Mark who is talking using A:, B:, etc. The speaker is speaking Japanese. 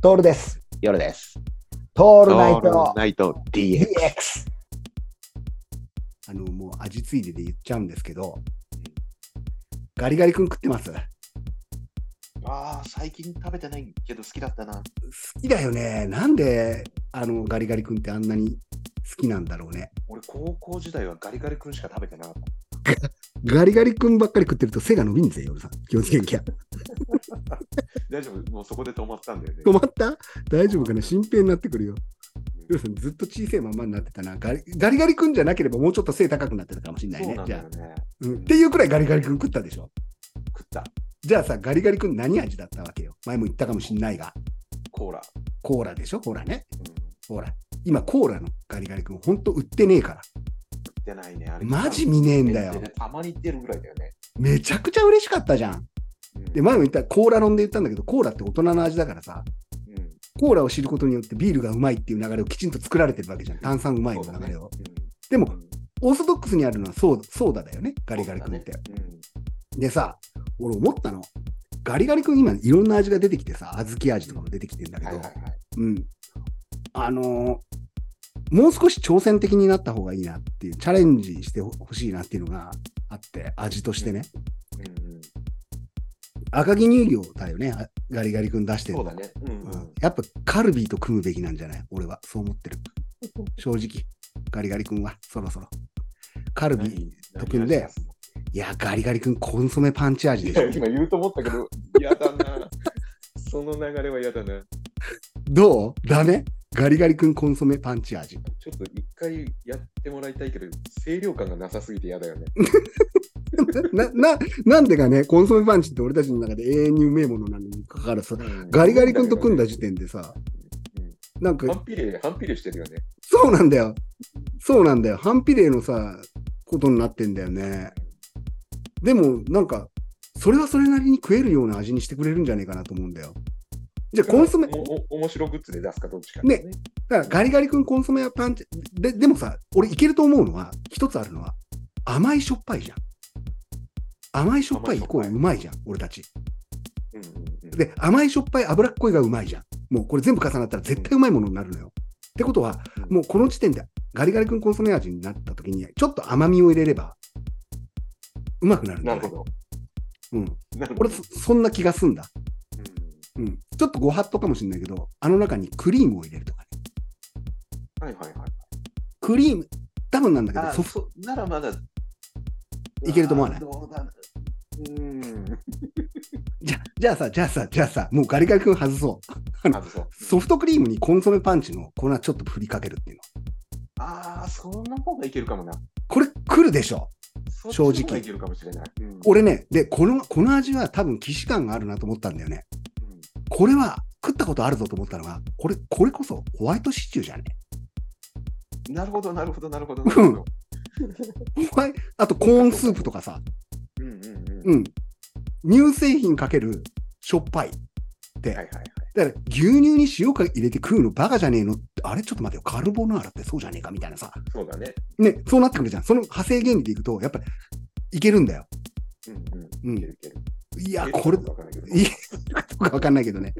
A: トールです。
B: 夜です。
A: ト
B: オ
A: ールナイト
B: ナイト DX。
A: DX。あの、もう味ついでで言っちゃうんですけど、ガリガリ君食ってます好
B: ああ、最近食べてないけど好きだったな。
A: きだよね。なんで、あの、ガリガリ君ってあんなに好きなんだろうね。
B: 俺、高校時代はガリガリ君しか食べてなかっ
A: ガリガリ君ばっかり食ってると背が伸びんぜ、夜さん。気をつけなきゃ。
B: た。大丈夫もうそこで止まったんだよね。
A: 止まった大丈夫かな心配になってくるよ。夜さん、ずっと小さいままになってたな。ガリガリガリ君じゃなければもうちょっと背高くなってたかもしれない
B: そう
A: ね
B: な。ん
A: じ
B: だ
A: ゃ
B: よ
A: あ、
B: ね。
A: うん。っていうくらいガリガリ君食ったでしょ。
B: 食った。
A: じゃあさ、ガリガリ君何味だったわけよ。前も言ったかもしんないが。
B: コーラ。
A: コーラでしょコーラね。
B: うん。
A: ほら、今コーラのガリガリ君、ほんと売ってねえから。
B: 出ないね。あれ
A: マジ見ねえんだ
B: 出
A: よ
B: て。ねたまに出るぐらいだよね。
A: めちゃくちゃ嬉しかったじゃん。
B: うん
A: で、前も言った、コーラ論で言ったんだけど、コーラって大人の味だからさ、
B: うんうん
A: コーラを知ることによってビールがうまいっていう流れをきちんと作られてるわけじゃん。炭酸うまいの流れを。で
B: う
A: も、
B: ん
A: オーソドックスにあるのはソーダソーダだよね、ガリガリ君って。
B: そうだね
A: でさ、俺思ったの。ガリガリ君今いろんな味が出てきてさ、小豆味とかも出てきてんだ
B: うん
A: け
B: はい
A: ど、
B: はいはい。
A: うん。あのーもう少し挑戦的になった方がいいなっていう、チャレンジしてほほしいなっていうのがあって、味としてね。
B: うんうん
A: 赤城乳業だよね、あガリガリ君出してる
B: そう
A: の
B: だね。うん
A: う
B: うんん。
A: やっぱカルビーと組むべきなんじゃない俺は、そう思ってる。正直、ガリガリ君は、そろそろ。カルビー、
B: 何
A: 特にね
B: 何味が
A: いや、ガリガリ君コンソメパンチ味でしょ。
B: 今言うと思ったけど、嫌 だな。その流れは嫌だな。
A: どうダメガリガリ君コンソメパンチ味。
B: ちょっと一回やってもらいたいけど、清涼感がなさすぎて嫌だよね。
A: な、な、なんでかね、コンソメパンチって俺たちの中で永遠にうめえものなのにかかわらず、ガリガリ君と組んだ時点でさ、なん
B: うん。
A: か、
B: 反比例、反比例してるよね。
A: そうなんだよ。そうなんだよ。反比例のさ、ことになってんだよね。でも、なんか、それはそれなりに食えるような味にしてくれるんじゃねえかなと思うんだよ。じゃあ、コンソメ、だか
B: おお面白グッズで出すかどっちか、
A: ね。らガリガリ君コンソメはパンチ、で、でもさ、俺いけると思うのは、一つあるのは、甘いしょっぱいじゃん。甘いしょっぱいイコールうまいじゃん、俺たち。
B: うんうんうん、
A: で、甘いしょっぱい脂っこいがうまいじゃん。もうこれ全部重なったら絶対うまいものになるのよ。ってことは、
B: うん
A: もうこの時点でガリガリ君コンソメ味になった時に、ちょっと甘みを入れれば、うまくなるんだ
B: な
A: よ
B: るほど。
A: うん。
B: なるほ
A: 俺
B: ど。
A: そ、そんな気がすんだ。
B: うん
A: うん。ちょっとご法度かもしれないけど、あの中にクリームを入れるとかね。
B: はいはいはい。
A: クリーム、多分なんだけど、
B: あ
A: ソフト、
B: そならまだ。
A: いけると思わない
B: あーどうだろううん。
A: じゃ、じゃあさ、じゃあさ、じゃあさ、もうガリガリ君外そう。
B: あそう
A: ソフトクリームにコンソメパンチの粉ちょっと振りかけるっていうの。
B: ああ、その方がいけるかもな。
A: これ来るでしょ
B: 正
A: 直
B: いけるかもしれない。うん
A: 俺ね、で、この、この味は多分既視感があるなと思ったんだよね。
B: うん
A: これは食ったことあるぞと思ったのが、これ、これこそホワイトシチューじゃね
B: なるほど、なるほど、なるほど。なるほ
A: ホ
B: ど
A: ワイあとコーンスープとかさ、
B: うんうんうん。
A: うん。乳製品かけるしょっぱい。
B: はいはいはい。
A: だから牛乳に塩か入れて食うのバカじゃねえのって、あれちょっと待てよ、カルボナーラってそうじゃねえかみたいなさ。
B: そうだね。
A: ね、そうなってくるじゃん。その派生原理でいくと、やっぱりいけるんだよ。
B: うんうん。
A: うん
B: いけ。るいける。
A: いや、
B: え
A: これ
B: わ、かんないけど
A: いいかどうかわかんないけどね。